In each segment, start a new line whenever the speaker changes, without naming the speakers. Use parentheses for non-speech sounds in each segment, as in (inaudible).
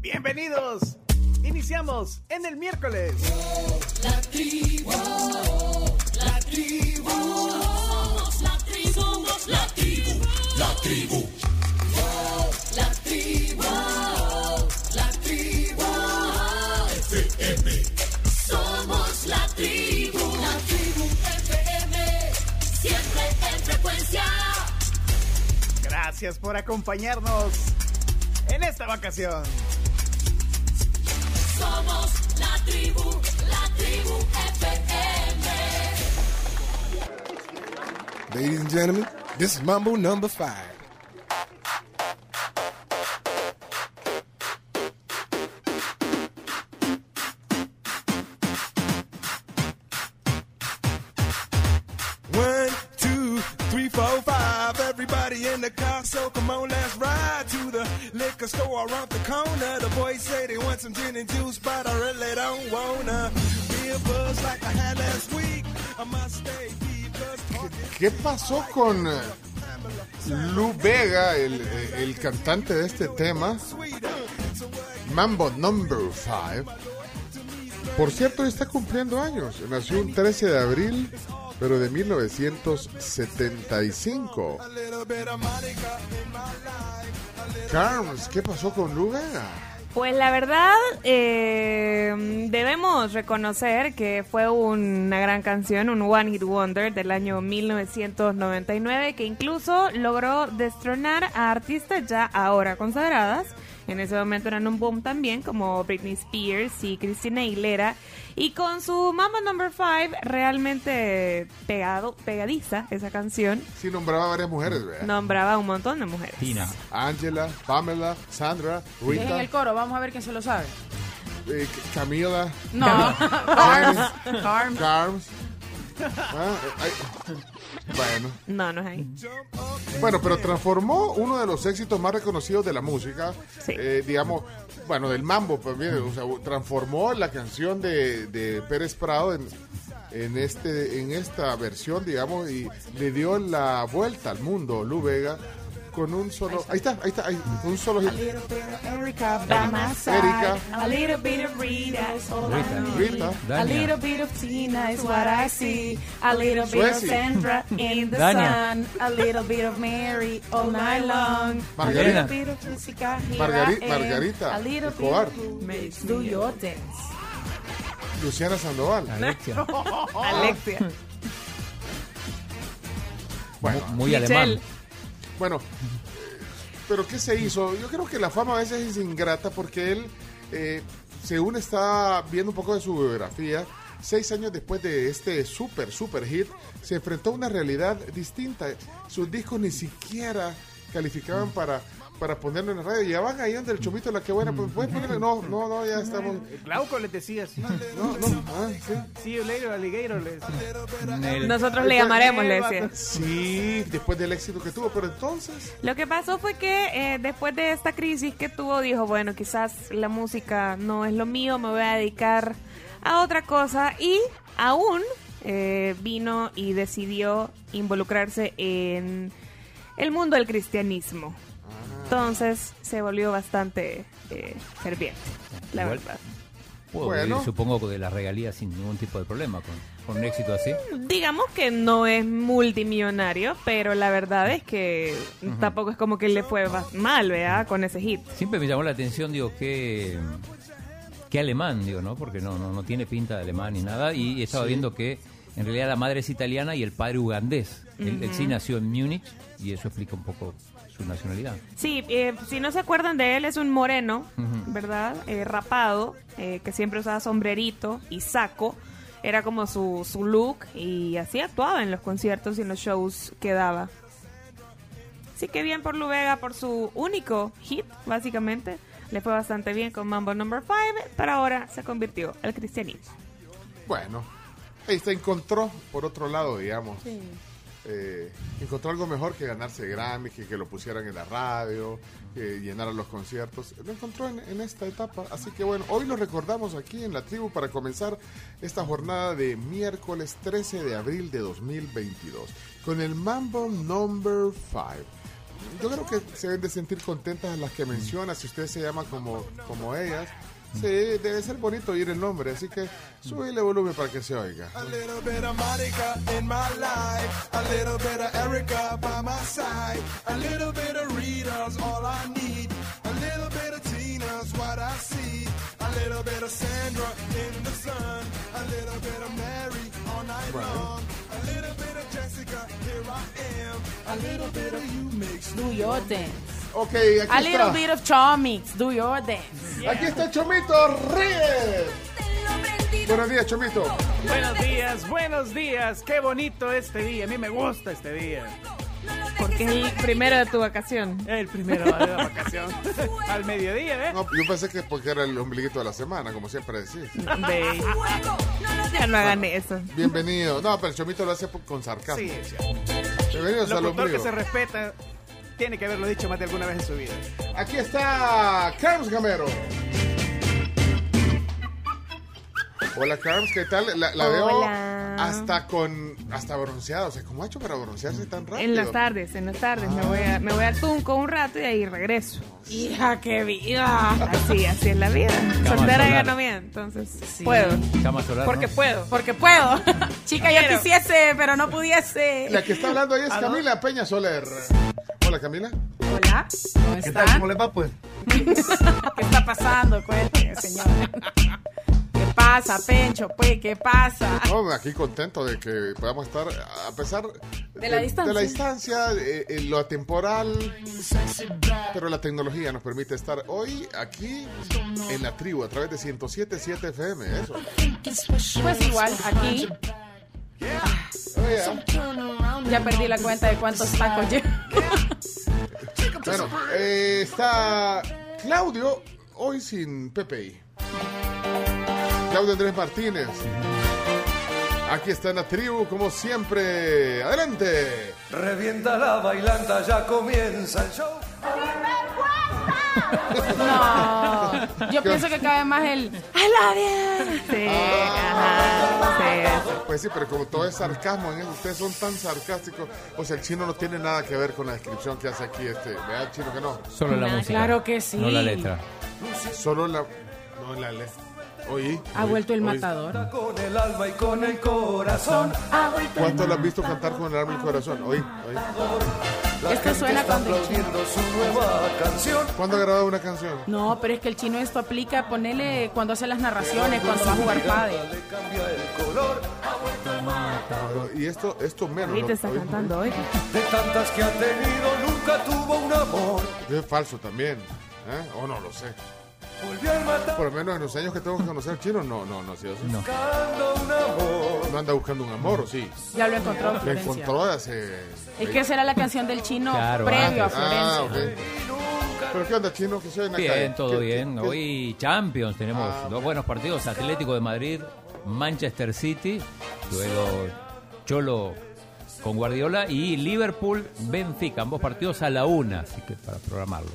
bienvenidos. Iniciamos en el miércoles.
La tribu, la tribu, somos la tribu, somos la tribu, la tribu. La tribu, la tribu, FM. Somos la tribu, la tribu FM, siempre en frecuencia.
Gracias por acompañarnos en esta vacación.
Somos la tribu, la tribu FM.
Ladies and gentlemen, this is Mambo number five. One, two, three, four, five. Everybody in the car, so come on, let's ride to the liquor store around the corner. The boys say they want some gin and juice, but I really don't wanna be a buzz like I had last week. I must stay deep, 'cause talking-
¿Qué pasó con eh, Lou Vega, el, eh, el cantante de este tema? Mambo Number 5. Por cierto, hoy está cumpliendo años. Nació un 13 de abril, pero de 1975. Carms, ¿qué pasó con Lou Vega?
Pues la verdad, eh, debemos reconocer que fue una gran canción, un One Hit Wonder del año 1999, que incluso logró destronar a artistas ya ahora consagradas. En ese momento eran un boom también, como Britney Spears y Christina Aguilera. Y con su Mama Number 5, realmente pegado, pegadiza esa canción,
Sí, nombraba a varias mujeres, ¿verdad?
nombraba a un montón de mujeres.
Tina.
Angela, Pamela, Sandra,
Dejen
Rita,
el coro, vamos a ver quién se lo sabe.
eh, Camila.
No, Carms, Carms.
Carms. Ah, eh, ay. Bueno.
No, no es ahí.
Bueno, pero transformó uno de los éxitos más reconocidos de la música,
Sí.
eh, digamos, bueno, del mambo también, o sea, transformó la canción de, de Pérez Prado en, en este, en esta versión, digamos, y le dio la vuelta al mundo, Lu Vega, con un solo, ahí está, ahí está, ahí, con un solo hit. Erika,
A little bit of Rita is all I
Rita.
need.
Rita,
A little
Dania.
bit of Tina is what I see. A little bit of
Suesi.
Sandra in the
Dania.
sun. A little bit of Mary all night long.
Margarita.
A little bit of Jessica here
Margari-
I am.
Margarita
A little bit
Escobar.
of you makes
Do
me
your dance.
Luciana Sandoval.
Alexia.
Alexia.
(laughs)
Bueno,
Muy
Michelle.
alemán.
Bueno, eh, pero ¿qué se hizo? Yo creo que la fama a veces es ingrata porque él, eh, según está viendo un poco de su biografía, seis años después de este super, super hit, se enfrentó a una realidad distinta. Sus discos ni siquiera calificaban para para ponerlo en la radio, ya van ahí donde el chomito la que buena, pues puedes ponerle, no, no, no, ya estamos,
Glauco les decía así. (laughs)
no, no, ah, sí.
See you later, alligator. les decía.
Nel.
Nosotros le llamaremos, le decía.
sí, después del éxito que tuvo, pero entonces,
Lo que pasó fue que eh, después de esta crisis que tuvo, dijo, bueno, quizás la música no es lo mío, me voy a dedicar a otra cosa. Y aún eh, vino y decidió involucrarse en el mundo del cristianismo. Entonces se volvió bastante eh, ferviente, la
Igual.
verdad.
Puedo
Bueno.
vivir, supongo, de las regalías sin ningún tipo de problema con, con un éxito así.
Digamos que no es multimillonario, pero la verdad es que tampoco es como que le fue va- mal, ¿verdad? Con ese hit.
Siempre me llamó la atención, digo, qué, qué alemán, digo, ¿no? Porque no, no, no tiene pinta de alemán ni nada. Y estaba viendo que en realidad la madre es italiana y el padre ugandés. Él- él sí nació en Múnich y eso explica un poco su nacionalidad.
Sí, eh, si no se acuerdan de él, es un moreno, ¿verdad? Eh, rapado, eh, que siempre usaba sombrerito y saco. Era como su, su look y así actuaba en los conciertos y en los shows que daba. Así que bien por Lu Vega, por su único hit, básicamente. Le fue bastante bien con Mambo Number 5, pero ahora se convirtió al cristianismo.
Bueno, ahí está, encontró, por otro lado, digamos, eh, encontró algo mejor que ganarse Grammy, que, que lo pusieran en la radio, que llenaran los conciertos. Lo encontró en, en esta etapa. Así que bueno, hoy lo recordamos aquí en la tribu para comenzar esta jornada de miércoles 13 de abril de 2022 con el Mambo Number 5. yo creo que se deben de sentir contentas las que menciona, si usted se llama como, como ellas. Sí, debe ser bonito oír el nombre, así que súbele volumen para que se oiga.
A little bit of Monica in my life, a little bit of Erica by my side, a little bit of Rita's all I need, a little bit of Tina's what I see, a little bit of Sandra in the sun, a little bit of Mary all night long, a little bit of Jessica, here I am, a little bit of you makes
Do your dance.
Ok,
A
aquí
little
está.
bit of chomix. Do your dance.
Aquí está Chomito Ríe. Buenos días, Chomito.
(laughs) Buenos días, buenos días. Qué bonito este día. A mí me gusta este día.
Porque es el primero de tu vacación.
El primero de la (laughs) vacación. Al mediodía, ¿eh?
No, yo pensé que porque era el ombliguito de la semana, como siempre decís.
Ve.
Ya no hagan eso.
Bienvenido. No, pero Chomito lo hace por- con sarcasmo.
Sí, sí.
Bienvenidos al
Locutor que
ombligo.
se respeta tiene que haberlo dicho más de alguna vez en su vida.
Aquí está Carms Gamero. Hola Carms, ¿qué tal? La, la veo
Hola.
hasta con hasta bronceada, o sea, ¿cómo ha hecho para broncearse tan rápido?
En las tardes, en las tardes. Me voy, a, me voy al Tunco un rato y ahí regreso.
Hija, qué vida.
Así, así es la vida.
Cama
Soltera y
solar.
ganó bien, entonces puedo.
Cama solar,
Porque
¿no?
puedo.
Porque puedo. (laughs) Chica, yo
Pero-
quisiese, pero no pudiese.
La que está hablando ahí es Camila Peña Soler. Hola Camila.
Hola. ¿Cómo
¿Qué
está?
tal? ¿Cómo les va, pues?
(laughs) ¿Qué está pasando?
(laughs)
Cuénteme, señora. ¿Qué pasa, Pencho? Pues, ¿qué pasa?
No, aquí contento de que podamos estar, a pesar de
la distancia.
de la distancia, eh, eh, lo atemporal, pero la tecnología nos permite estar hoy aquí en la tribu a través de 107.7 FM. Eso.
Pues igual, aquí
Oye, ah.
ya perdí la cuenta de cuántos tacos llevo.
Bueno, eh, está Claudio hoy sin PPI. Claudio Andrés Martínez. Aquí está en la tribu, como siempre. ¡Adelante!
Revienta la bailanta, ya comienza el show.
No. Yo pienso que cabe más el.
Sí, ajá, sí.
Pues sí, pero como todo es sarcasmo, ¿eh? ustedes son tan sarcásticos. O sea, el chino no tiene nada que ver con la descripción que hace aquí este. Vea el chino que no.
Solo la
Ah,
música.
claro que sí.
No la letra.
Solo la. No, la le. Oí.
Ha
oí,
vuelto el
oí.
matador.
Con el alma y con el corazón.
¿Cuánto la has visto cantar con el alma y el corazón? Oí, oí.
La
Esto
gente
suena
está
cuando el
aplaudiendo su nueva canción.
¿Cuándo ha grabado una canción?
No, pero es que el chino esto aplica, ponele cuando hace las narraciones, cuando va a jugar pádel.
Le cambia el color
Y esto, esto menos.
Ahorita
¿no?
está
Oí.
cantando hoy.
de tantas que ha tenido, nunca tuvo un amor.
Es falso también. ¿eh? O no lo sé.
Volvió a matar
Por lo menos en los años que tengo que conocer al chino, no, no, no ha sido así.
No.
buscando un amor.
No anda buscando un amor, ¿o sí.
Ya lo encontró
Lo
Florencia.
encontró hace.
Es que esa era la canción del chino
Claro,
previo a
antes.
Ah,
Florencia.
ok. ¿Pero qué onda, chino? ¿Qué se ve en la calle?
Bien, todo
¿Qué-
bien.
qué- qué-
Hoy Champions tenemos
Ah,
dos buenos partidos: Atlético de Madrid, Manchester City, luego Cholo con Guardiola y Liverpool, Benfica. Ambos partidos a la una, así que para programarlos.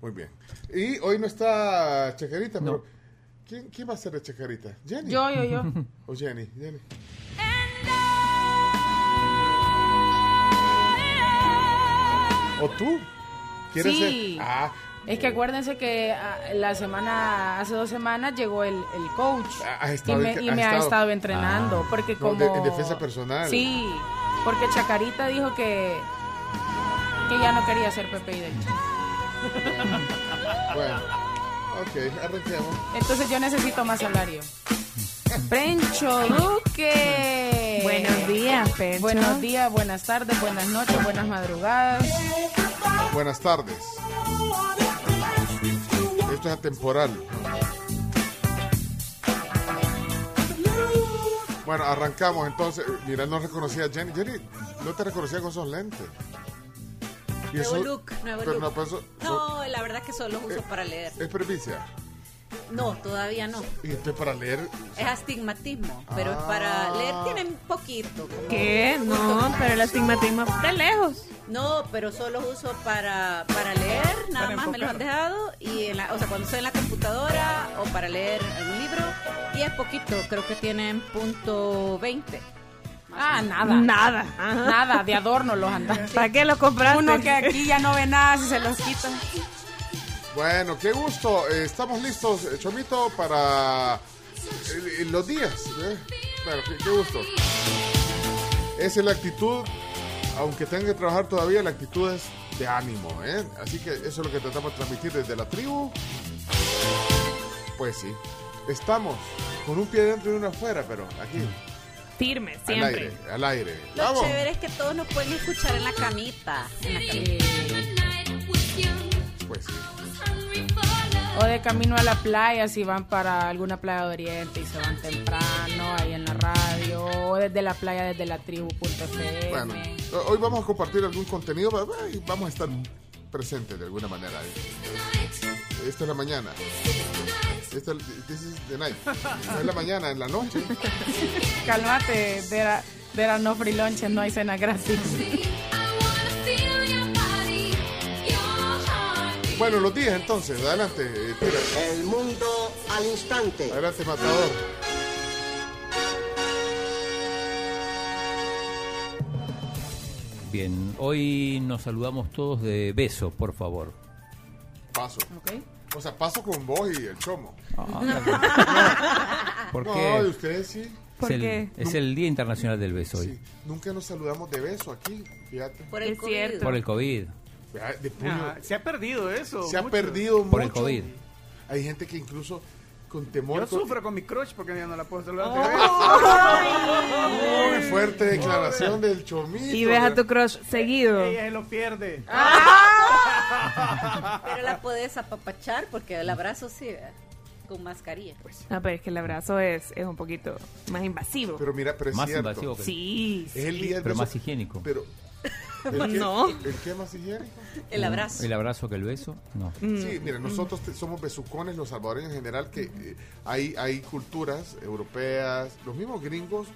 Muy bien. Y hoy no está Checarita,
No.
pero. ¿Quién, quién va a ser de Checarita? ¿Jenny?
Yo, yo, yo.
¿O Jenny? Jenny. ¿O tú? ¿Quieres
Sí.
ser? Ah,
Es que acuérdense que ah, la semana, hace dos semanas llegó el, el coach
Ha- ha
y
Ah, estado
me,
en-
y
ha
me ha
estado.
estado entrenando. Porque
No,
como...
de- en defensa personal.
Sí, porque Chacarita dijo que, que ya no quería ser PPI del Chino.
bueno. Ok, arranquemos.
Entonces yo necesito más salario. Frencho Duque.
Buenos días, Pencho.
Buenos días, buenas tardes, buenas noches, buenas madrugadas.
Buenas tardes. Esto es atemporal. Bueno, arrancamos entonces. Mira, no reconocía a Jenny. Jenny, no te reconocía con esos lentes. Y
Nuevo
eso-
look, nuevo
pero
look.
No, pero eso-
No, la verdad que solo uso
Eh,
para leer.
es pervicia.
No, todavía no.
Y esto es para leer.
Es astigmatismo, pero es
Ah.
para leer. Tienen poquito. como-
¿Qué? No, pero el astigmatismo está lejos.
No, pero solo uso para, para leer, nada
Para
más me los han
enfocar.
dejado. Y en la- o sea, cuando estoy en la computadora o para leer algún libro. Y es poquito, creo que tienen punto 20.
Ah, nada.
Nada. Ajá.
Nada, de adorno los andan.
¿Para qué los compraste?
Uno que aquí ya no ve nada si se los quitan.
Bueno, qué gusto. Eh, estamos listos, eh, Chomito, para eh, los días. ¿eh? Bueno, qué, qué gusto. Esa es la actitud, aunque tenga que trabajar todavía, la actitud es de ánimo. ¿eh? Así que eso es lo que tratamos de transmitir desde la tribu. Pues sí, estamos con un pie dentro y uno afuera, pero aquí,
Firme,
al
siempre.
aire, al aire.
Lo
¡Vamos!
chévere es que todos nos pueden escuchar en la camita. En la camita.
Pues sí.
O de camino a la playa, si van para alguna playa de Oriente y se van temprano, ahí en la radio, o desde la playa, desde la tribu.fm.
Bueno, hoy vamos a compartir algún contenido ¿verdad? y vamos a estar presentes de alguna manera. ¿eh? Esta es la mañana. Esta, this is the night. Esta es la mañana, en la noche.
Calmate, de la, de la no free lunches, no hay cena gratis.
Bueno, los días entonces. Adelante, eh, tira.
El mundo al instante.
Adelante, matador.
Bien, hoy nos saludamos todos de beso, por favor.
Paso.
¿Ok?
O sea, paso con vos y el chomo. No, de
Porque
ustedes sí.
Ah. ¿Por
es el,
qué?
es el Día Internacional del Beso hoy.
Sí. Nunca nos saludamos de beso aquí. Fíjate.
Por el
Es cierto.
COVID.
Por el COVID.
Vea, De puño.
Ah, se ha perdido eso.
Se ha
mucho.
perdido mucho.
Por el COVID.
Hay gente que incluso con temor.
Yo
con-
sufro con mi crush porque ya no la puedo saludar.
Muy fuerte declaración del chomito.
Y ves a tu crush seguido.
Ella se lo pierde.
Ah.
Pero la puedes apapachar porque el abrazo sí, ¿verdad? con mascarilla.
Ah, pero es que el abrazo es, es un poquito más invasivo.
Pero mira, pero es
Más
cierto.
invasivo que
sí,
Es el día del
Pero
beso,
más higiénico.
Pero.
(laughs)
¿El qué,
No.
¿El qué más higiénico?
El abrazo.
El abrazo que el beso. No.
Mm.
Sí, mira, nosotros te- somos besucones, los salvadoreños en general, que
Mm.
eh, hay, hay culturas europeas, los mismos gringos.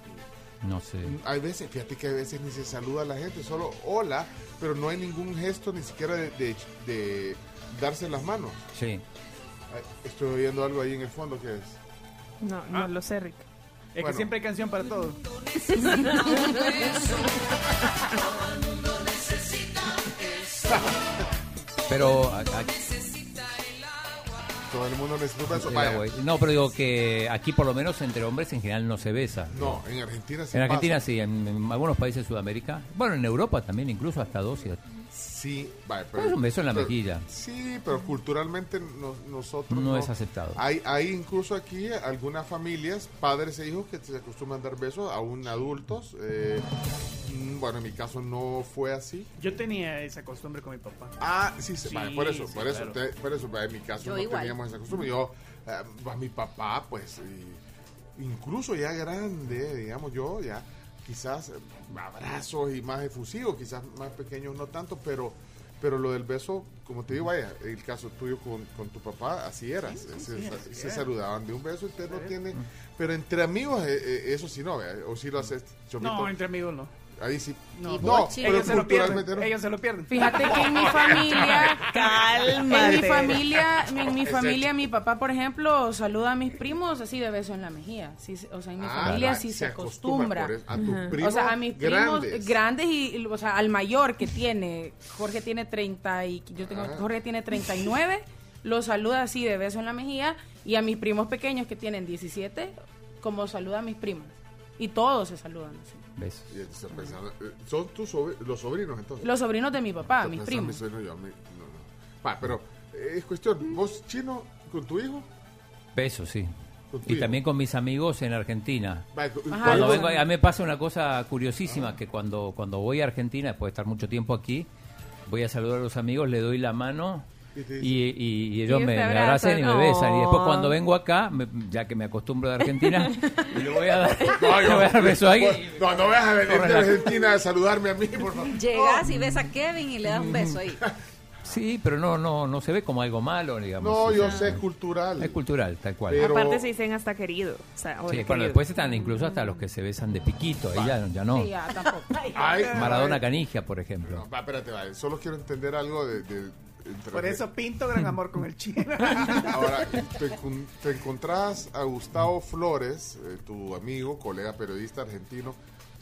No sé.
Mm.
Hay veces, fíjate que a veces ni se saluda a la gente, solo hola, pero no hay ningún gesto ni siquiera de, de- de darse las manos.
Sí.
Ay, Estoy oyendo algo ahí en el fondo que es.
no, no lo sé, Rick.
Es
Bueno.
que siempre hay canción para todo.
Pero a- a-
Todo el mundo necesita eso.
Eh,
Vaya,
voy. No, pero digo que aquí por lo menos entre hombres en general no se besa.
no, en Argentina sí
En Argentina
pasa.
sí, en, en algunos países de Sudamérica. Bueno, en Europa también, incluso hasta dos. y hasta-
Sí, vale,
Pero es Pues un beso en la mejilla.
Sí, pero culturalmente no- nosotros
No es aceptado.
Hay, hay incluso aquí algunas familias, padres e hijos que se acostumbran a dar besos aún adultos. eh, mm, bueno, en mi caso no fue así.
Yo tenía esa costumbre con mi papá.
Ah, sí, se-
Sí,
vale, por eso,
sí,
por eso,
claro.
te- por eso, en mi caso
Yo
no
igual.
teníamos esa costumbre. Yo, eh, a mi papá, pues, y- incluso ya grande, digamos yo, ya quizás eh, abrazos y más efusivos, quizás más pequeños no tanto, pero pero lo del beso, como te digo, vaya, el caso tuyo con, con tu papá, así era, se, se- se saludaban de un beso, usted no tiene, pero entre amigos, eh, eh, eso sí no, vea, o sí lo haces, Chomito,
No, entre amigos no.
ahí sí,
No.
no,
Y Bochi.
pero
Ellos se lo
culturalmente
pierden.
no.
Ellos se lo pierden.
Fíjate que
(laughs)
en mi familia, en
Cálmate.
mi familia, en mi familia, mi papá, por ejemplo, saluda a mis primos así de beso en la mejilla. Sí, o sea, en mi
Ah,
familia
la-
sí se acostumbra.
por eso. A tus primos
o sea, a mis primos
grandes.
grandes, y, y, o sea, al mayor que tiene, Jorge tiene 30 y yo tengo,
Ah.
Jorge tiene 39, lo saluda así de beso en la mejilla y a mis primos pequeños que tienen 17, como saluda a mis primas. Y todos se saludan así.
Besos.
Y entonces pensaba, eh, son tus sobr- los sobrinos entonces.
Los sobrinos de mi papá,
Yo
mis
pensaba,
primos.
sobrino, yo, mi- no, no. Va, pero eh, es cuestión, vos chino con tu hijo.
Besos, sí.
Con tu
Y
hijo.
también con mis amigos en Argentina.
Va, cu-
Ajá,
¿cuál
Cuando
Algo-
vos-
vengo, a mí me pasa una cosa curiosísima, que cuando, cuando voy a Argentina, después de estar mucho tiempo aquí, voy a saludar a los amigos, le doy la mano
Y
y,
te dicen-
y- y ellos
Y
me,
se
me
abrazan.
abrazan y me besan. Y después
Oh.
cuando vengo acá, me- ya que me acostumbro de Argentina, le voy a dar, le voy a dar beso ahí.
vos- No, no vas a venir de
Corre la-
Argentina a saludarme a mí, por favor.
Llegas y ves a Kevin y le das un beso ahí.
Sí, pero no, no, no se ve como algo malo, digamos.
No,
O
yo
sea,
sé, es cultural.
Es cultural, tal cual.
Pero-
Aparte se dicen hasta querido. O sea, o
Sí,
eres
bueno,
querido.
después están incluso hasta los que se besan de piquito, ahí ya, ya (laughs) no.
Sí, ya, tampoco.
Ay,
Maradona Canigia, por ejemplo.
No, va, espérate, va, solo quiero entender algo de. de- entre-
Por eso pinto gran amor con el
(laughs)
chino.
Ahora, te, encon- te encontrás a Gustavo Flores, eh, tu amigo, colega periodista argentino.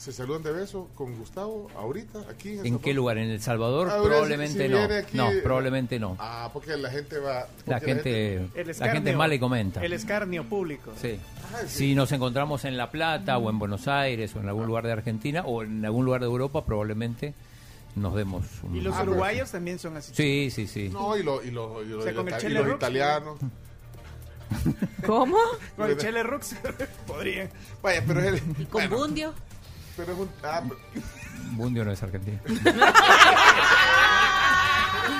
se saludan de beso con Gustavo ahorita, aquí.
¿En qué lugar? ¿En El Salvador?
Ahora, si-
probablemente
si
no.
viene aquí-
no, probablemente no.
Ah, porque la gente va...
La
porque
gente,
El
la
escarnio.
gente mal le comenta.
El escarnio público.
Ah, Sí. Si nos encontramos en La Plata o en Buenos Aires o en algún lugar de Argentina o en algún lugar de Europa, probablemente nos demos un...
Y los
pues
Ah,
uruguayos también son así.
Sí, sí, sí.
No, y, lo- y lo- y lo-
O sea,
y
con
lo-
el
y
Chele
los
Rux.
italianos.
¿Cómo?
Con el Chele Rux (laughs) podría.
Vaya, pero es...
Y con Bundio.
Pero es un... ah,
Bundio no es argentino.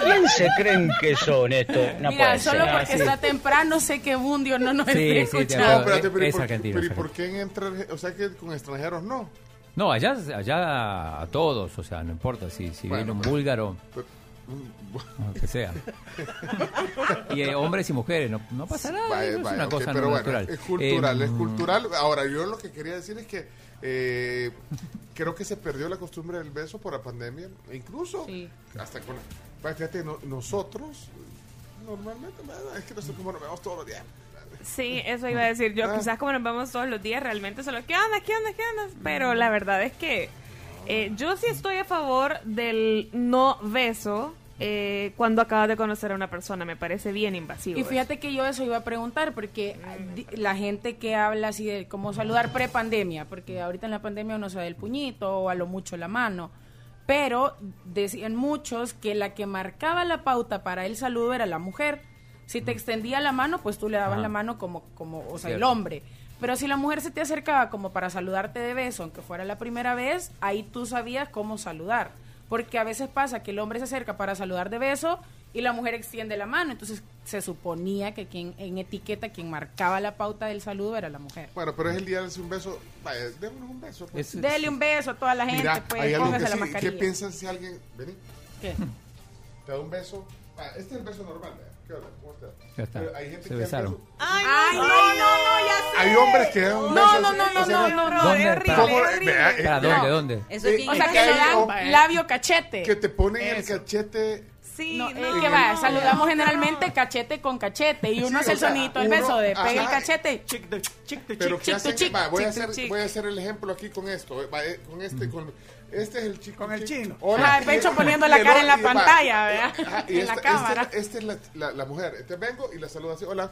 ¿Quién se creen que son estos? No
Mira,
puede
solo
ser.
porque está temprano sé que Bundio no nos
Sí,
esté
sí,
escuchando.
no,
Pero
espérate, pero, ¿y
es
por-
argentino,
pero ¿y
es
por qué en entre- O sea, que con extranjeros no.
No, allá, allá a todos, o sea, no importa si, si
Bueno,
viene un
pero- (laughs)
búlgaro,
Pero-
lo que sea. Y eh, hombres y mujeres, no, no pasa nada,
Vaya,
Ah, eso es
vaya,
una
ok,
cosa
pero
no
bueno,
natural.
es cultural,
Eh,
es cultural. Ahora, yo lo que quería decir es que eh, creo que se perdió la costumbre del beso por la pandemia. E incluso,
Sí.
hasta con... Vaya, fíjate, no- nosotros, normalmente, nada, es que nosotros como nos vemos todos los días.
Sí, eso iba a decir yo.
Ah.
Quizás como nos vamos todos los días, realmente solo, ¿qué onda? ¿Qué onda? ¿Qué onda? Pero la verdad es que eh, yo sí estoy a favor del no beso eh, cuando acabas de conocer a una persona. Me parece bien invasivo.
Y fíjate que yo eso iba a preguntar, porque
Mm.
di- la gente que habla así de cómo saludar pre-pandemia, porque ahorita en la pandemia uno se da el puñito o a lo mucho la mano, pero decían muchos que la que marcaba la pauta para el saludo era la mujer. Si te extendía la mano, pues tú le dabas
Mm. Ajá.
la mano como, como, o sea, el
Cierto.
hombre. Pero si la mujer se te acercaba como para saludarte de beso, aunque fuera la primera vez, ahí tú sabías cómo saludar. Porque a veces pasa que el hombre se acerca para saludar de beso y la mujer extiende la mano. Entonces se suponía que quien en etiqueta quien marcaba la pauta del saludo era la mujer.
Bueno, pero es el día de darse un beso. Vaya, démonos un beso. pues.
es-
Dele un beso a toda la gente,
Mira, hay
pues
algo que
póngase la
sí. ¿Qué
mascarilla.
piensas si alguien... Vení, (laughs)
¿Qué?
te da un beso. Vaya, este es el beso normal. vaya. ¿Qué onda? ¿Cómo estás?
Ya está,
Pero hay gente
se
que da un
besaron.
beso-
Ay,
Ay, no, no, no, ya sé.
Hay hombres que dan un beso.
No, no,
así,
no,
o
no,
sea,
no, no, no.
¿Dónde?
es
Para-
horrible, es horrible.
Vea, eh,
¿Para
vea,
dónde? ¿Dónde?
Eso es
Eh,
bien
O sea, que
Hay
le
hombres-
dan labio cachete.
que te ponen el cachete.
Sí,
No,
no,
es que va, saludamos generalmente cachete con cachete y
Sí,
uno hace el
o sea,
sonito, el
uno-
beso de pega el
ajá.
cachete.
Chic de chic de
Pero
chic.
que
chic,
hacen,
chic,
va, voy, a
chic,
hacer,
chic.
voy a hacer el ejemplo aquí con esto. eh, va, eh, con este, con, este es el chico.
Con el chino.
Ajá, el pecho poniendo la cara en la pantalla, ¿verdad?
y
(laughs) En
esta-
la
esta-
cámara.
Esta, es la, la, la mujer. Este vengo y la saludo así. Hola.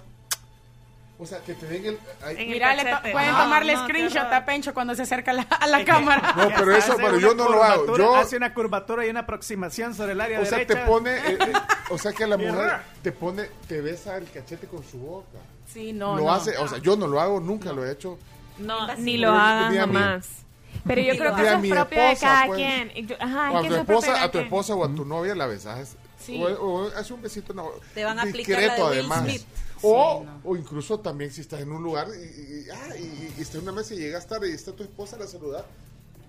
O sea, que te den el. ay,
En el
Mira, le to-
cachete.
pueden
Ah,
tomarle
no, qué
screenshot
horror.
a Pencho cuando se acerca a la, a la
Es que-
cámara.
No,
Ya
pero
está,
eso,
hace
pero
una
yo no lo hago.
curvatura-
Yo-
Hace una curvatura y una aproximación sobre el área
o sea, te
derecha.
pone. eh, eh, o
(laughs)
sea, que la
Bien
mujer
raro.
te pone. Te besa el cachete con su boca.
Sí, no.
lo
no.
hace. O sea, yo no lo hago, nunca lo he hecho.
No, ni
Pero
lo
es-
hagas
ni a mí.
jamás. Pero yo
Ni
creo
a
que eso
mi
es propio de
esposa,
cada
pues.
quien. Y yo- Ajá,
O a
que
tu
eso es propio de
esposa,
cada
a tu
quien.
esposa o a tu novia la besas.
Sí.
O, o hace un besito. No,
Te van a aplicar la de Will Smith.
O,
Sí, no.
o incluso también si estás en un lugar y, y, y- ah, y- y está en una mesa y llegas tarde y está tu esposa la saluda.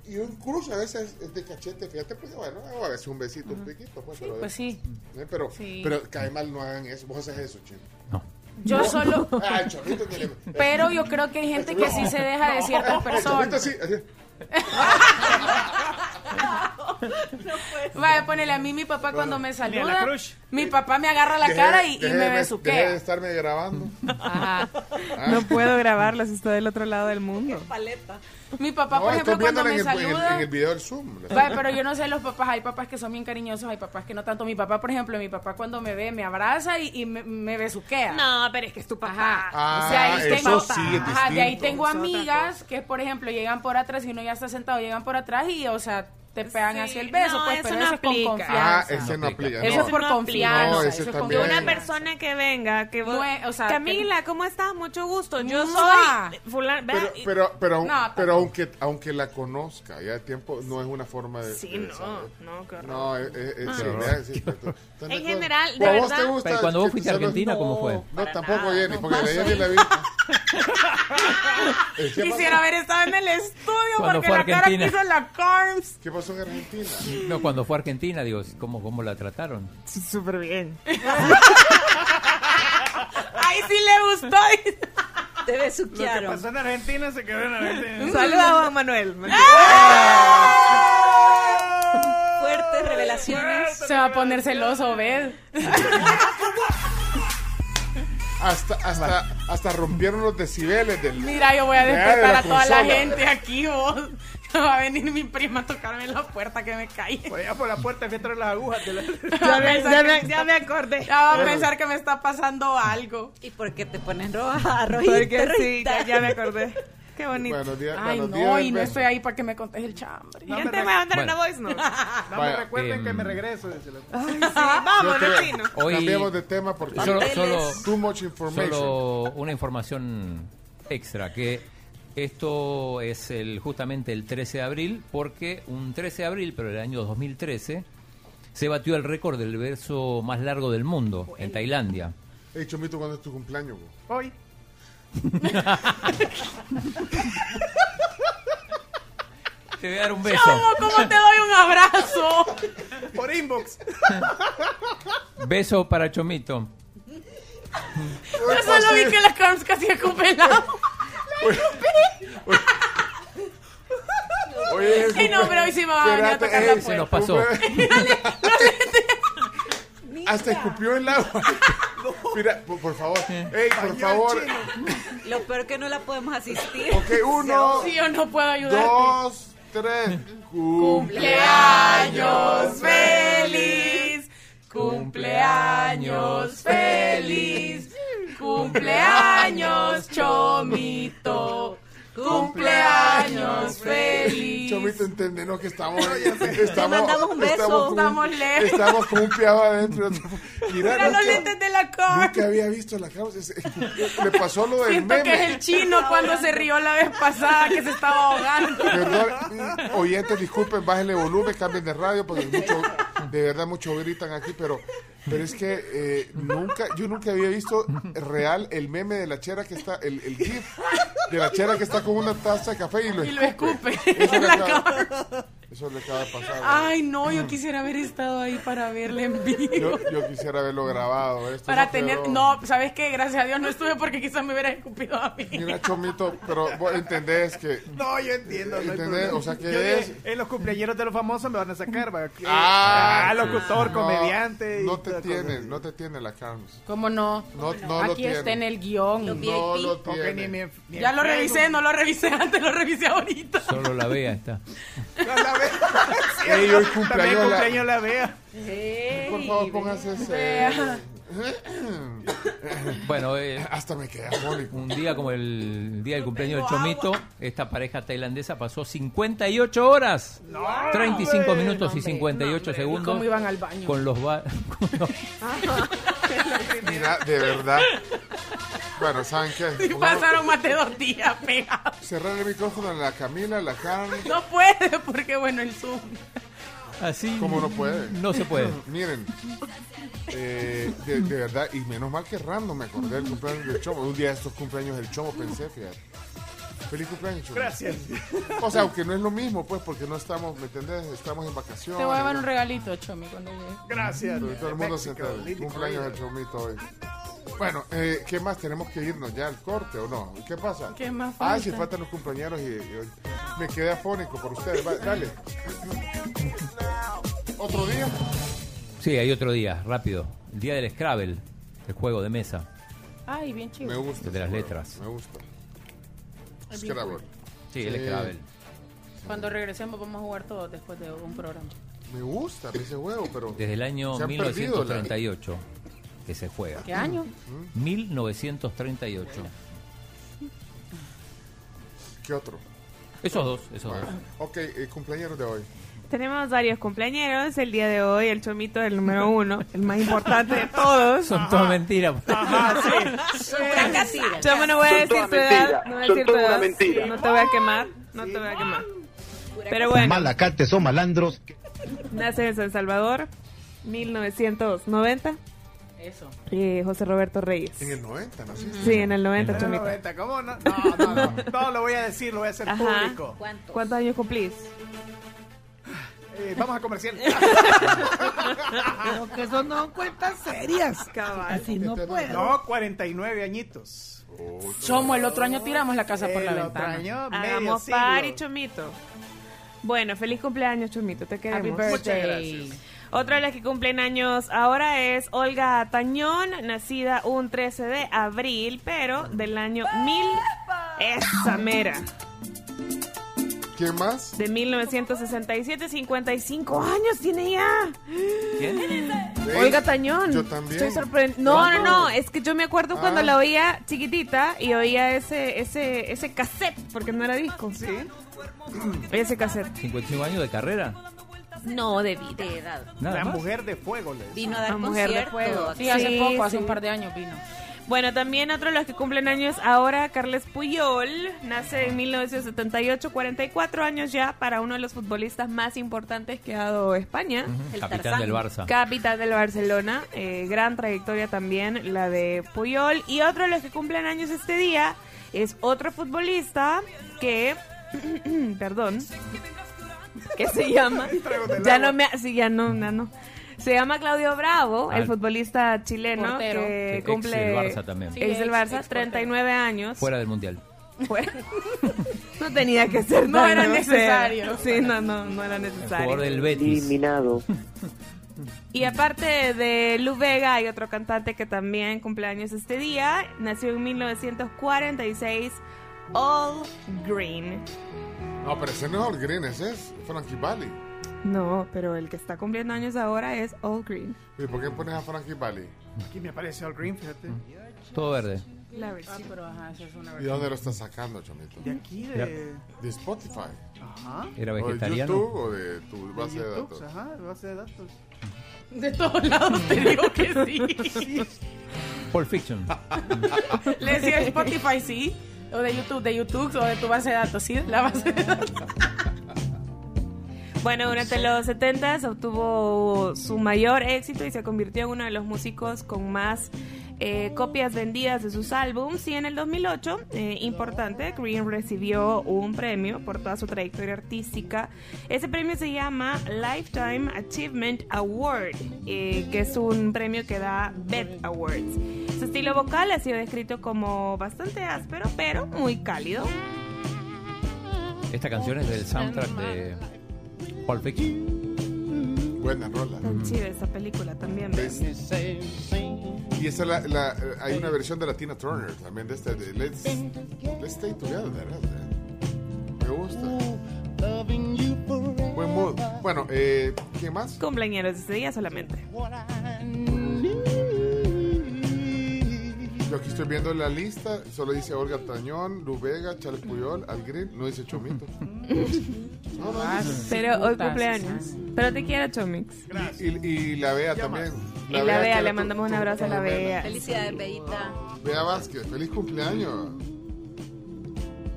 Y incluso a veces es de cachete, fíjate, pues bueno, o a veces un besito, un piquito. Pues, pero,
Pues sí.
eh, pero,
Sí.
pero cae mal, no hagan eso. Vos haces eso,
(laughs)
chino.
No.
Yo solo.
Ah, el chorrito que le-
Pero yo creo que hay gente que sí se deja
(laughs)
de ciertas
El chorrito
personas.
sí, así.
Vaya, ponele a mí, mi papá cuando me
Ni a la
saluda.
crush.
Mi papá me agarra la
Dejé-
cara y, y
dejé de-
me
Dejé de
besuquea.
estarme grabando.
(laughs)
Ah.
Ajá.
No puedo grabarla si estoy del otro lado del mundo.
paleta.
Mi papá,
No,
por ejemplo,
estoy
cuando
viéndola
me
en el, en, el,
saluda.
en el video del Zoom. La-
Vaya, pero yo no sé los papás, hay papás que son bien cariñosos, hay papás que no tanto. Mi papá, por ejemplo, mi papá cuando me ve me abraza y, y me, me besuquea.
No, pero es que es tu
Ajá.
Ah,
O sea, ahí
eso
tengo,
sí ah, es
ajá, de ahí
distinto.
tengo
Eso es otra
amigas que, por ejemplo, llegan por atrás y uno ya está sentado, llegan por atrás y, o sea, te pegan
Sí,
hacia el beso,
no,
pues,
eso
pero
no
eso es con
aplica.
Ah,
confianza.
ese no aplica.
Eso
no.
es por
No aplica.
confianza.
No, ese
eso es
también.
Que
confianza.
una
(laughs)
persona que venga, que vos,
No es- o sea,
Camila, ¿cómo estás? Mucho gusto. Yo
Mua.
soy fulano. vea,
pero,
y-
pero, pero, aun-
No,
pero aunque, aunque la conozca ya de tiempo, no es una forma de.
eh,
Sí,
de-
no,
¿sabes?
no, qué horror.
No, es. es- es-
Ah.
sí,
horror.
vea, sí, cierto. ¿Están de
En
acuerdo?
general,
¿O
de
a vos
verdad-
te gusta
Pero cuando
que
vos
te
fuiste a
saluden?
Argentina, ¿cómo fue?
No,
Para
tampoco,
nada,
Jenny,
no
porque la
pasó.
Jenny la vi.
(laughs)
Eh, ¿Qué
Quisiera
pasó?
haber estado en el estudio
Cuando
porque
fue
la cara que
Argentina.
hizo la Carms.
¿Qué pasó en Argentina?
No, cuando fue a Argentina, digo, ¿cómo, cómo la trataron?
Súper bien.
Ahí sí le gustó.
(laughs)
Te
Lo que
besuquearon.
pasó en Argentina se quedó en Argentina.
Saludos a Juan Manuel.
Fuertes revelaciones.
Se va a poner celoso, ¿ves?
Hasta, hasta, hasta rompieron los decibeles del.
Mira, yo voy a
Ya, de
despertar
la
a toda la
consola.
gente aquí, vos. (laughs) Va a venir mi prima a tocarme la puerta que me caí. Por
allá por la puerta que entran las agujas.
(laughs) Ya me, ya me-
ya me acordé.
Ya va a pensar que me está pasando algo.
¿Y por qué te pones roja, rojita?
Porque sí, ya, ya me acordé. Qué bonito.
Buenos días,
Ay,
buenos
no,
días,
y no
Beto.
estoy ahí para que me contes el chambre.
¿Quién te va a mandar una
Bueno.
voice note?
No
Vaya,
me recuerden
em,
que me regreso. díselo.
Ay, sí, vamos,
Yo te-
chino.
Hoy-
Cambiemos de tema porque
Solo- solo-
too much information.
Solo una información extra, que esto es el, justamente el 13 de abril, porque un 13 de abril, pero del año 2013, se batió el récord del verso más largo del mundo, en Tailandia.
Hey, Chomito, ¿cuándo es tu cumpleaños? vos?
Hoy.
Te voy a dar un beso.
¿Cómo, cómo te doy un abrazo?
Por inbox.
Beso para Chomito.
Yo solo
pues,
vi que la Carms casi escupe el agua.
Hoy es el
Ay, no,
cumple-
pero hoy sí me va a venir a
eh, Espérate, eh,
tocar la
ey,
Se nos
puerta.
pasó.
(laughs)
Hasta escupió el
(laughs)
agua. Mira, por, por favor.
Eh.
Ey, por favor.
Lo peor que no la podemos asistir.
Ok, uno,
Sí, yo no puedo ayudarte.
dos,
(laughs)
tres.
Cumpleaños feliz, cumpleaños feliz, cumpleaños chomito, cumpleaños feliz.
Chomito entiende, ¿no? Que
(laughs)
estamos.
Te
estamos
mandamos un beso.
Estamos con, un-
Estamos lejos.
estamos con un piado adentro. y
(laughs)
otro- Mira,
Mira los
nunca-
lentes de la
Nunca
cor.
había visto la causa. Es- Le pasó lo del
Siento que
meme.
es el chino cuando se rió la vez pasada que se estaba ahogando.
Perdón, mm, oyentes, disculpen, bájenle volumen, cambien de radio, porque mucho, de verdad mucho gritan aquí, pero, pero es que eh, nunca, yo nunca había visto real el meme de la chera que está, el, el gif de la chera que está con una taza de café y lo,
Y lo escupe.
Eso
en
le,
la Ah,
acaba,
cor.
eso le acaba de pasar.
Ay, no, yo quisiera haber estado ahí para verle en vivo.
Yo,
(laughs)
yo quisiera haberlo grabado. Esto
Para
no
tener.
quedó.
No, ¿sabes qué? Gracias a Dios no estuve porque quizás me hubiera escupido a mí.
Mira, Chomito, pero vos entendés que.
(laughs) No, yo entiendo. no hay
¿Entendés?
problema.
O sea, que
Yo dije,
es-
En los cumpleaños de los famosos me van a sacar. va, que-
Ah,
ah, locutor,
no,
comediante. y
No te
toda
tiene,
cosa.
no te tiene la Carms.
¿Cómo no?
No, no lo
Aquí
tiene.
está en el guión.
Lo vi.
No
VIP.
lo
Porque
tiene.
ni me- ni
Ya
en
lo
Facebook.
revisé, no lo revisé (laughs) antes, lo revisé ahorita.
Solo la vea está.
No la veo.
Ey, hoy
También
cumpleaños. la-
cumpleaños la vea.
Por favor, póngase
Vea.
ese.
Bueno, eh,
Hasta me quedé afónico.
un día como el día del cumpleaños del Chomito, esta pareja tailandesa pasó 58 horas,
Ah,
35 minutos y 58 segundos.
¿Cómo iban al baño?
Con los, ba- (laughs) con los-
Mira, de verdad. Bueno, ¿saben qué?
Sí,
Pongamos-
pasaron más de dos días pegados.
Cerrar el micrófono a la Camila, a la Carmen.
No puede, porque bueno, el Zoom.
así.
¿Cómo no puede?
No
(laughs)
se puede.
Miren, eh, de, de verdad, y menos mal que random me acordé del cumpleaños del Chomo. Un día de estos cumpleaños del Chomo pensé, fíjate. Feliz cumpleaños, Chomo.
Gracias.
O sea, aunque no es lo mismo, pues, porque no estamos, ¿me entendés? Estamos en vacaciones.
Te voy a llevar un regalito, Chomi, cuando llegue.
Gracias.
Pero todo el mundo se
México,
entera.
Lili
Cumpleaños del
Correa.
chomito hoy. Bueno, eh, ¿qué más? ¿Tenemos que irnos ya al corte o no? ¿Qué pasa?
¿Qué más
Ah,
falta?
si faltan los compañeros y, y- me quedé afónico por ustedes. Va- dale. ¿Otro día?
Sí, hay otro día, rápido. El día del Scrabble, el juego de mesa.
Ay, bien
Me
chido.
gusta.
De
ese
las
juego,
letras.
Me gusta. Scrabble.
Sí, el
Sí.
Scrabble.
Cuando regresemos vamos a jugar todos después de un programa.
Me gusta ese juego, pero...
Desde el año
Se han perdido la-
1938 que se juega.
¿Qué (laughs) año?
1938.
¿Qué otro?
Esos dos, esos dos.
Bueno, ok, eh, cumpleaños de hoy.
Tenemos varios cumpleañeros. El día de hoy, el chomito del número uno, el más importante de todos.
Son todas mentiras.
Yo no voy a decir
todas
tu edad.
mentiras,
No voy a
son
decir tu
todas
edad.
mentiras.
No te voy a quemar. No te voy a quemar. Pero bueno,
Malacates o malandros.
nace en San Salvador, 1990.
Eso.
eh, José Roberto Reyes.
En el 90, ¿no? Sí,
Sí, en el 90,
Pero
chomito.
90, ¿cómo no? No, no, no.
(laughs)
No lo voy a decir, lo voy a hacer
Ajá.
público.
¿Cuántos?
¿Cuántos años cumplís?
Eh, vamos a
(laughs)
comercial.
que son no cuentas serias,
Ah,
cabrón. Así no puedo.
No, 49 añitos.
Somos el otro año tiramos la casa por la
El otro
ventana.
año, medio
Hagamos
siglo.
party, chomito. Bueno, feliz cumpleaños, chomito. Te queremos.
Happy birthday.
gracias.
Otra de las que cumplen años ahora es Olga Tañón, nacida un 13 de abril, pero del año 1000. Esa mera.
¿Quién más?
De 1967, 55 años tiene ya.
Sí.
Olga Tañón.
Yo también.
Estoy sorprendida. No, no,
¿Cuánto?
no. Es que yo me acuerdo cuando
Ah.
la oía chiquitita y oía ese, ese, ese cassette, porque no era disco. Sí. (clears throat) Ese cassette.
55 años de carrera.
No, de vida.
Nada
La
más.
mujer de fuego, le
Vino a dar
La mujer de
concierto.
fuego.
Sí, hace
Sí,
poco, hace
sí.
un par de años vino.
Bueno, también otro de los que cumplen años ahora, Carles Puyol, nace en 1978, 44 años ya, para uno de los futbolistas más importantes que ha dado España.
El Capitán Tarzán. del Barça.
Capitán del Barcelona, eh, gran trayectoria también la de Puyol. Y otro de los que cumplen años este día es otro futbolista que, (clears throat) perdón, que se llama, ya no me, sí, ya no, ya no. Se llama Claudio Bravo, el
Al-
futbolista chileno
Portero.
que
Ex del
cumple
Barça también. Sí,
ex del
ex-
Barça,
ex portero.
39 años.
Fuera del mundial.
(laughs) Fuera. (laughs) no tenía que ser
No
tan
era
grosero.
necesario.
Sí, no, no, no era necesario.
Jugador del Betis.
Y aparte de Lu Vega, hay otro cantante que también cumple años este día. Nació en 1946, All Green.
No, pero ese no es All Green, ese es Frankie Valley.
No, pero el que está cumpliendo años ahora es All Green.
¿Y por qué pones a Frankie Valley?
Aquí me aparece All Green, fíjate.
Todo verde.
La
Ah,
versión.
pero ajá, esa es una
¿Y dónde lo estás sacando, Chomito?
De aquí, de.
¿De Spotify?
Ajá.
Era
¿O de
vegetariano.
YouTube o de tu
De
base de
YouTube,
datos?
ajá, de base de datos.
De todos lados te digo que sí.
Pulp Fiction.
Le decía Spotify sí, o de YouTube, de YouTube, o de tu base de datos, sí, de la base de datos.
Bueno, durante los 70s obtuvo su mayor éxito y se convirtió en uno de los músicos con más eh, copias vendidas de sus álbums. Y en el 2008, eh, importante, Green recibió un premio por toda su trayectoria artística. Ese premio se llama Lifetime Achievement Award, eh, que es un premio que da BET Awards. Su estilo vocal ha sido descrito como bastante áspero, pero muy cálido.
Esta canción es del soundtrack de Pulp Fiction.
Buena rola.
Tan chida esa película también. ¿ves?
Pues- Y esa la, la- eh, hay una versión de Latina Turner también de este. de let's, let's Stay Together. ¿verdad? Me gusta. Buen mood. Bueno, eh, ¿quién más?
Cumpleañeros de ese día solamente.
Yo aquí estoy viendo la lista. Solo dice Olga Tañón, Lu Vega, Charles Puyol, Al Green. No dice Chomito. No, no dice.
Pero hoy
Putas,
cumpleaños. Pero te quiero, Chomix.
Y, y la Bea también.
Y la
que
Bea,
era
le
tu-
mandamos un
tu-
abrazo a
tu
la
gemela.
Bea.
Felicidades, Bellita.
Bea Vázquez, feliz cumpleaños.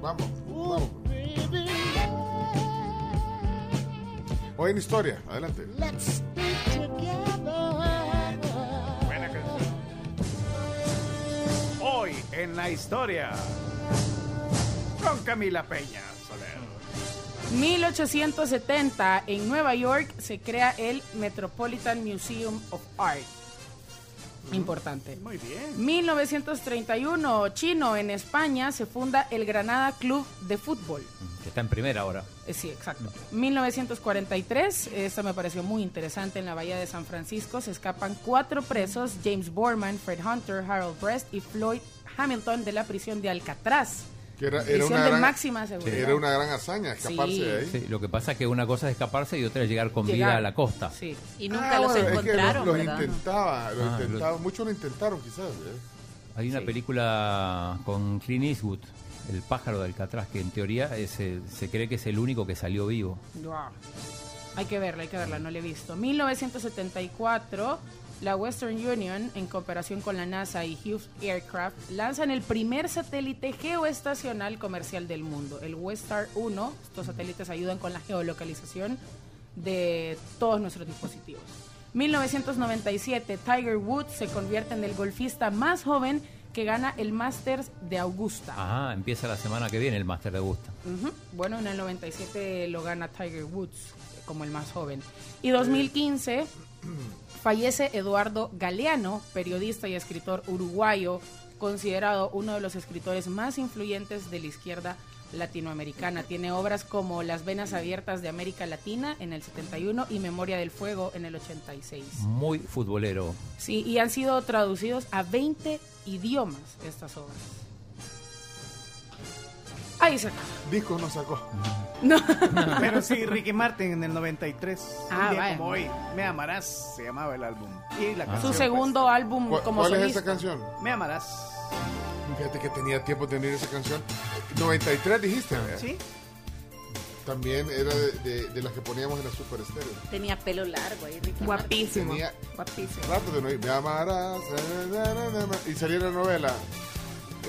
Vamos, vamos. Hoy en historia, adelante.
Buena canción. Hoy en la historia. Con Camila Peña Soler.
(laughs)
1870, en Nueva York, se crea el Metropolitan Museum of Art. Importante.
Muy bien.
1931, chino, en España, se funda el Granada Club de Fútbol.
Que está en primera ahora.
Eh, Sí, exacto. 1943, esta me pareció muy interesante, en la Bahía de San Francisco se escapan cuatro presos, James Borman, Fred Hunter, Harold Brest y Floyd Hamilton de la prisión de Alcatraz.
Que era, era
Prisión
una
de
gran,
máxima seguridad.
era una gran hazaña escaparse
Sí.
de ahí.
Sí, lo que pasa es que una cosa es escaparse y otra es llegar con
Llegar.
vida a la costa.
Sí.
Y nunca
Ah,
los
bueno, es que
encontraron,
los,
¿verdad?
intentaba, los
Ah,
intentaba, muchos lo intentaron quizás. ¿eh?
Hay una
Sí.
película con Clint Eastwood, El pájaro de Alcatraz, que en teoría es el- se cree que es el único que salió vivo.
Guau. Hay que verla, hay que verla, no la he visto. 1974, la Western Union, en cooperación con la NASA y Hughes Aircraft, lanzan el primer satélite geoestacional comercial del mundo, el Westar 1. Estos satélites ayudan con la geolocalización de todos nuestros dispositivos. 1997, Tiger Woods se convierte en el golfista más joven que gana el Masters de Augusta.
Ajá, empieza la semana que viene el Máster de Augusta.
Ujú. Bueno, en el 97 lo gana Tiger Woods como el más joven. Y 2015 fallece Eduardo Galeano, periodista y escritor uruguayo, considerado uno de los escritores más influyentes de la izquierda latinoamericana. Tiene obras como Las venas abiertas de América Latina en el 71 y Memoria del Fuego en el 86.
Muy futbolero.
Sí, y han sido traducidos a 20 idiomas estas obras. Ahí se acaba.
Discos no sacó.
Pero sí, Ricky Martin en el 93.
Ah,
un día
vaya.
como hoy. Me amarás, se llamaba el álbum. Y la
Ah.
canción,
Su
pues,
segundo álbum
¿Cuál-
como
cuál es
solista.
esa canción?
Me amarás.
Fíjate que tenía tiempo de venir esa canción. 93 dijiste, ¿verdad?
Sí.
También era de, de- de las que poníamos en la Super Stereo.
Tenía pelo largo ahí, Ricky
Guapísimo.
Tenía
Guapísimo.
rato de no ir. Me amarás. na, na, na, na, na. Y salía la novela.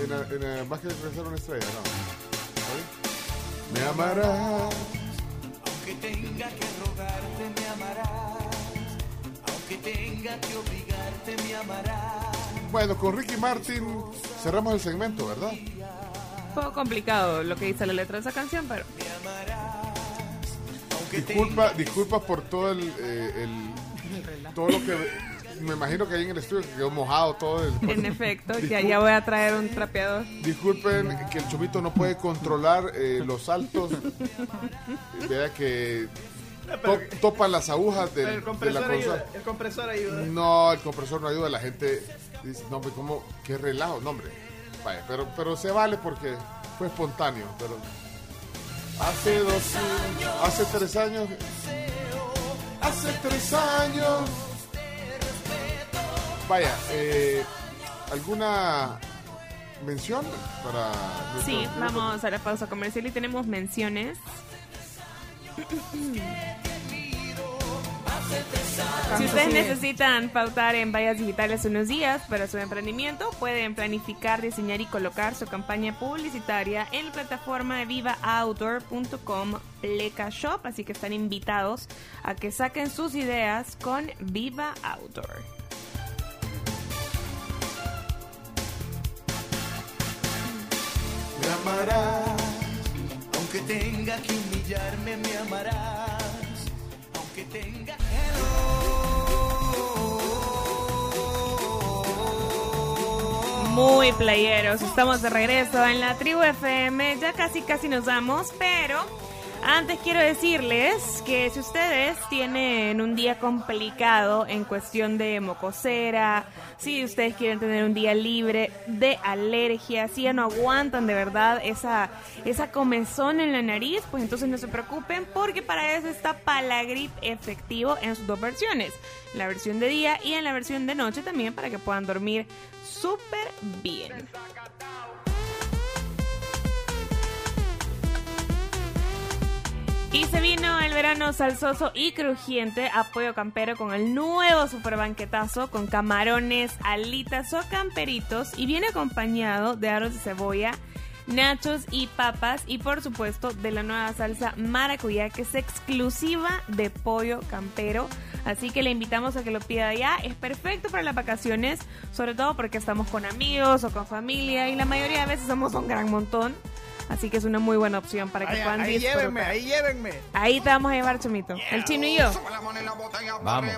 En, la- en la- más que regresar una estrella, no. ¿Vale? Me amarás.
Aunque tenga que rogarte, me amarás. Aunque tenga que obligarte, me amarás.
Bueno, con Ricky Martin cerramos el segmento, ¿verdad?
Un poco complicado lo que dice la letra de esa canción, pero
Disculpa, disculpa por todo el, eh, el- todo lo que me imagino que hay en el estudio que quedó mojado todo el (laughs)
(laughs) en efecto,
Disculpa.
ya, ya voy a traer un trapeador.
Disculpen que el chomito no puede controlar eh, los
(laughs)
saltos. Vea que to- topa las agujas del-
Pero el
de la
compresor
consola.
ayuda. El compresor ayuda.
No, el compresor no ayuda. La gente dice, no, hombre, ¿cómo? Qué relajo, no, hombre. Vaya, pero, pero se vale porque fue espontáneo. Pero hace dos, hace tres años, hace tres años. Vaya, eh, ¿alguna mención para nuestro-
Sí, vamos a la pausa comercial y tenemos menciones. Si ustedes necesitan pautar en vallas digitales unos días para su emprendimiento, pueden planificar, diseñar y colocar su campaña publicitaria en la plataforma de vivaaoutdoor.com Pleca Shop, así que están invitados a que saquen sus ideas con Viva Outdoor.
Me amarás, aunque tenga que humillarme, me amarás, aunque tenga
Muy playeros, estamos de regreso en la tribu FM, ya casi casi nos vamos, pero antes quiero decirles que si ustedes tienen un día complicado en cuestión de mocosera, si ustedes quieren tener un día libre de alergia, si ya no aguantan de verdad esa, esa comezón en la nariz, pues entonces no se preocupen porque para eso está Palagrip efectivo en sus dos versiones, la versión de día y en la versión de noche también para que puedan dormir súper bien. Y se vino el verano salsoso y crujiente, apoyo campero con el nuevo super banquetazo con camarones, alitas o camperitos y viene acompañado de aros de cebolla, nachos y papas y por supuesto de la nueva salsa maracuyá que es exclusiva de pollo campero. Así que le invitamos a que lo pida ya, es perfecto para las vacaciones, sobre todo porque estamos con amigos o con familia y la mayoría de veces somos un gran montón. Así que es una muy buena opción para que
Ahí,
puedan
ahí
disfrutar.
llévenme, ahí llévenme.
Ahí te vamos a llevar, Chomito. El chino y yo.
Vamos.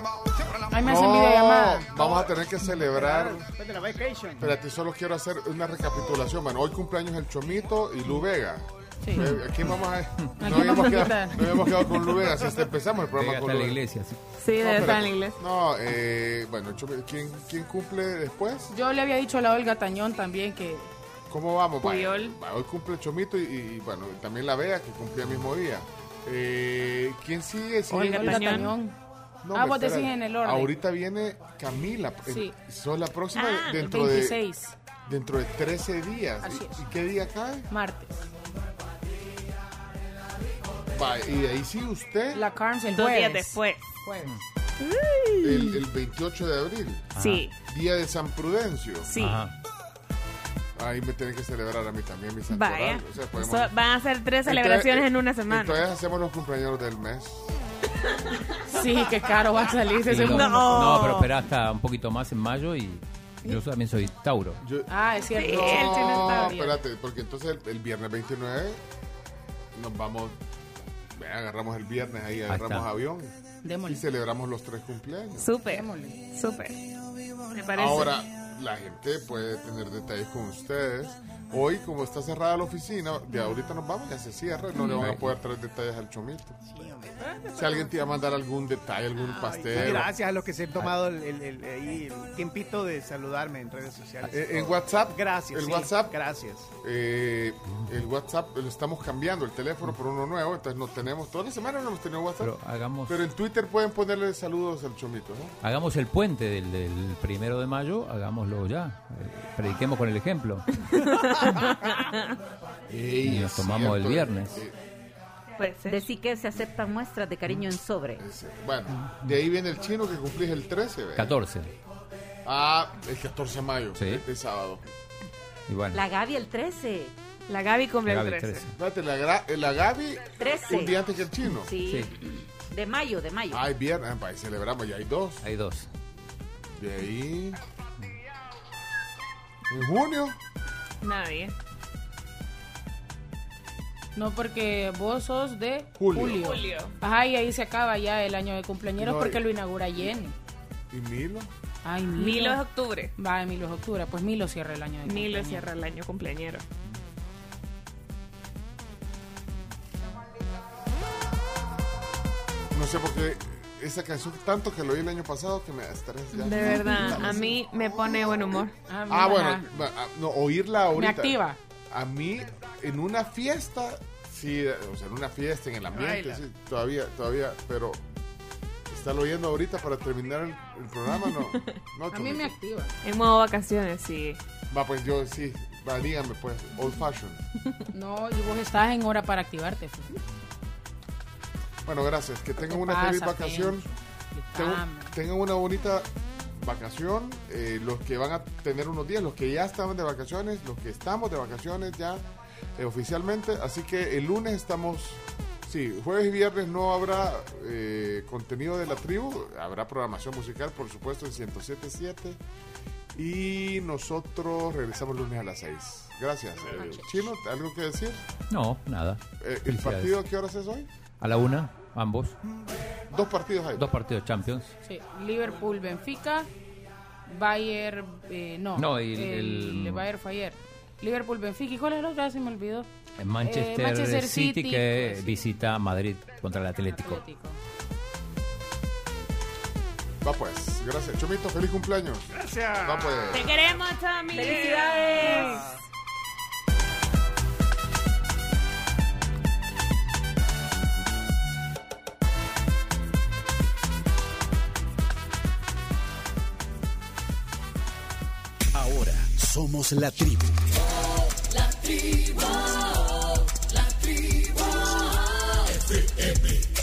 Ahí me hacen
No,
videollamada.
vamos a tener que celebrar.
Después de la vacation.
Espérate, solo quiero hacer una recapitulación, mano. Hoy cumpleaños el Chomito y Lu Vega.
Sí.
Eh, ¿A quién vamos a.? No
quién vamos
habíamos, quedado,
a invitar?
no habíamos quedado con Lu Vega, si hasta empezamos el
Llega
programa con
hasta
Lu
la
Vega.
iglesia. sí.
Sí,
No,
debe estar en
espérate.
inglés.
No, eh, bueno, Chomito, ¿quién, ¿quién cumple después?
Yo le había dicho a la Olga Tañón también que
¿Cómo vamos? Vaya,
Puyol.
va, hoy cumple Chomito y, y, bueno, también la Vega, que cumplía el mismo día. Eh, ¿Quién sigue? sigue
Olga
Olga
Tañón.
Tañón.
No,
Ah,
hombre,
vos decís
espérate.
en el orden.
Ahorita viene Camila. en-
Sí.
Son la próxima
Ah,
dentro, de,
26,
dentro de 13 días.
Así
¿Y-
es.
¿Y qué día cae?
martes.
Va, y ahí sí usted
La Carms el
Dos
jueves.
días después.
Jueves.
el, el 28 de abril,
Sí,
día de San Prudencio.
sí.
Ajá.
Ahí me tienen que celebrar a mí también mi santoral.
Vaya.
O sea, podemos-
Eso- van a ser tres
Entonces,
celebraciones
eh,
en una semana.
Entonces hacemos los cumpleaños del mes.
Sí, qué caro va a salir
Sí,
ese
lo-
mundo.
no, pero espera hasta un poquito más en mayo y yo también soy Tauro.
Yo-
Ah, es cierto.
Sí, el chino está
no,
bien.
espérate, porque entonces el, el viernes 29 nos vamos, ve, agarramos el viernes ahí, agarramos
está.
avión y
Démosle.
celebramos los tres cumpleaños.
Súper,
Démosle.
súper. Me parece.
Ahora, la gente puede tener detalles con ustedes. Hoy, como está cerrada la oficina, de ahorita nos vamos, ya se cierra, no le van a poder traer detalles al chomito. Si alguien te iba a mandar algún detalle, algún pastel.
Gracias a los que se han tomado el, el- el- ahí el tiempito de saludarme en redes sociales.
eh, En, en WhatsApp.
Gracias.
El
sí,
WhatsApp.
Gracias.
eh, el WhatsApp lo estamos cambiando el teléfono por uno nuevo, entonces no tenemos, toda la semana no hemos tenido WhatsApp.
Pero
Pero,
hagamos,
en Twitter pueden ponerle saludos al chomito, ¿no?
hagamos el puente del, del primero de mayo, hagámoslo ya. Eh, Prediquemos con el ejemplo. y nos
es
tomamos el
cierto,
viernes.
eh,
Decir que se aceptan muestras de cariño en sobre.
bueno, de ahí viene el chino que cumplís el 13, ¿ve?
14.
Ah, el 14 de mayo,
Sí.
este sábado.
Y bueno,
La Gaby el 13.
La Gaby cumple
La
el
Gaby,
13.
trece.
Espérate, la, gra- eh, la Gaby
13.
un día antes que el chino.
Sí. De mayo, de mayo.
Ay, viernes, ah, ahí celebramos, ya hay dos.
hay dos.
De ahí. En junio.
Nadie.
No, porque vos sos de
Julio.
julio.
Julio.
Ajá, y ahí se acaba ya el año de cumpleañeros
No, eh.
porque
y-
lo inaugura Jenny.
¿Y Milo?
Ay, Milo.
Milo es octubre.
Va, Milo es octubre. Pues Milo cierra el año de
Milo
cumpleañeros.
cierra el año cumpleañero.
No sé por qué esa canción, tanto que lo oí el año pasado que me da estrés ya.
De verdad, a mí me pone buen humor.
Ah,
ajá.
bueno, va- ah, no, oírla ahorita.
Me activa.
A mí, en una fiesta, sí, o sea, en una fiesta, en el ambiente,
Baila.
sí, todavía, todavía, pero estarlo oyendo ahorita para terminar el, el programa,
(laughs)
no. no
A mí
Chomito.
me activa.
En modo vacaciones, sí.
Va, pues yo sí, va, dígame, pues, old fashion.
No, y vos estás en hora para activarte. Fe.
Bueno, gracias, que tengan
te
una feliz
pasa,
vacación.
Pencho?
Tengo-
Explícame.
tengan una bonita vacación. eh, los que van a tener unos días, los que ya estaban de vacaciones, los que estamos de vacaciones ya eh, oficialmente. Así que el lunes estamos. Sí, jueves y viernes no habrá eh, contenido de la tribu, habrá programación musical, por supuesto, en 1077. Y nosotros regresamos lunes a las 6. Gracias. Eh, Chino, ¿algo que decir?
No, nada.
Eh, ¿El
Felicidades.
partido a qué horas es hoy?
A la una, ambos.
Dos partidos hay.
Dos partidos Champions.
Sí, Liverpool, Benfica, Bayer, eh, no,
No, y el-
el,
el-
Bayer fue ayer. Liverpool, Benfica, ¿y cuál es la otra? Se me olvidó.
En Manchester,
Eh, Manchester
City,
City,
que
sí.
visita Madrid contra el Atlético.
Atlético.
Va pues, gracias. Chomito, feliz cumpleaños.
Gracias.
Va pues.
Te queremos, Tommy.
¡Felicidades!
Ahora somos la tribu. La tribu, la tribu.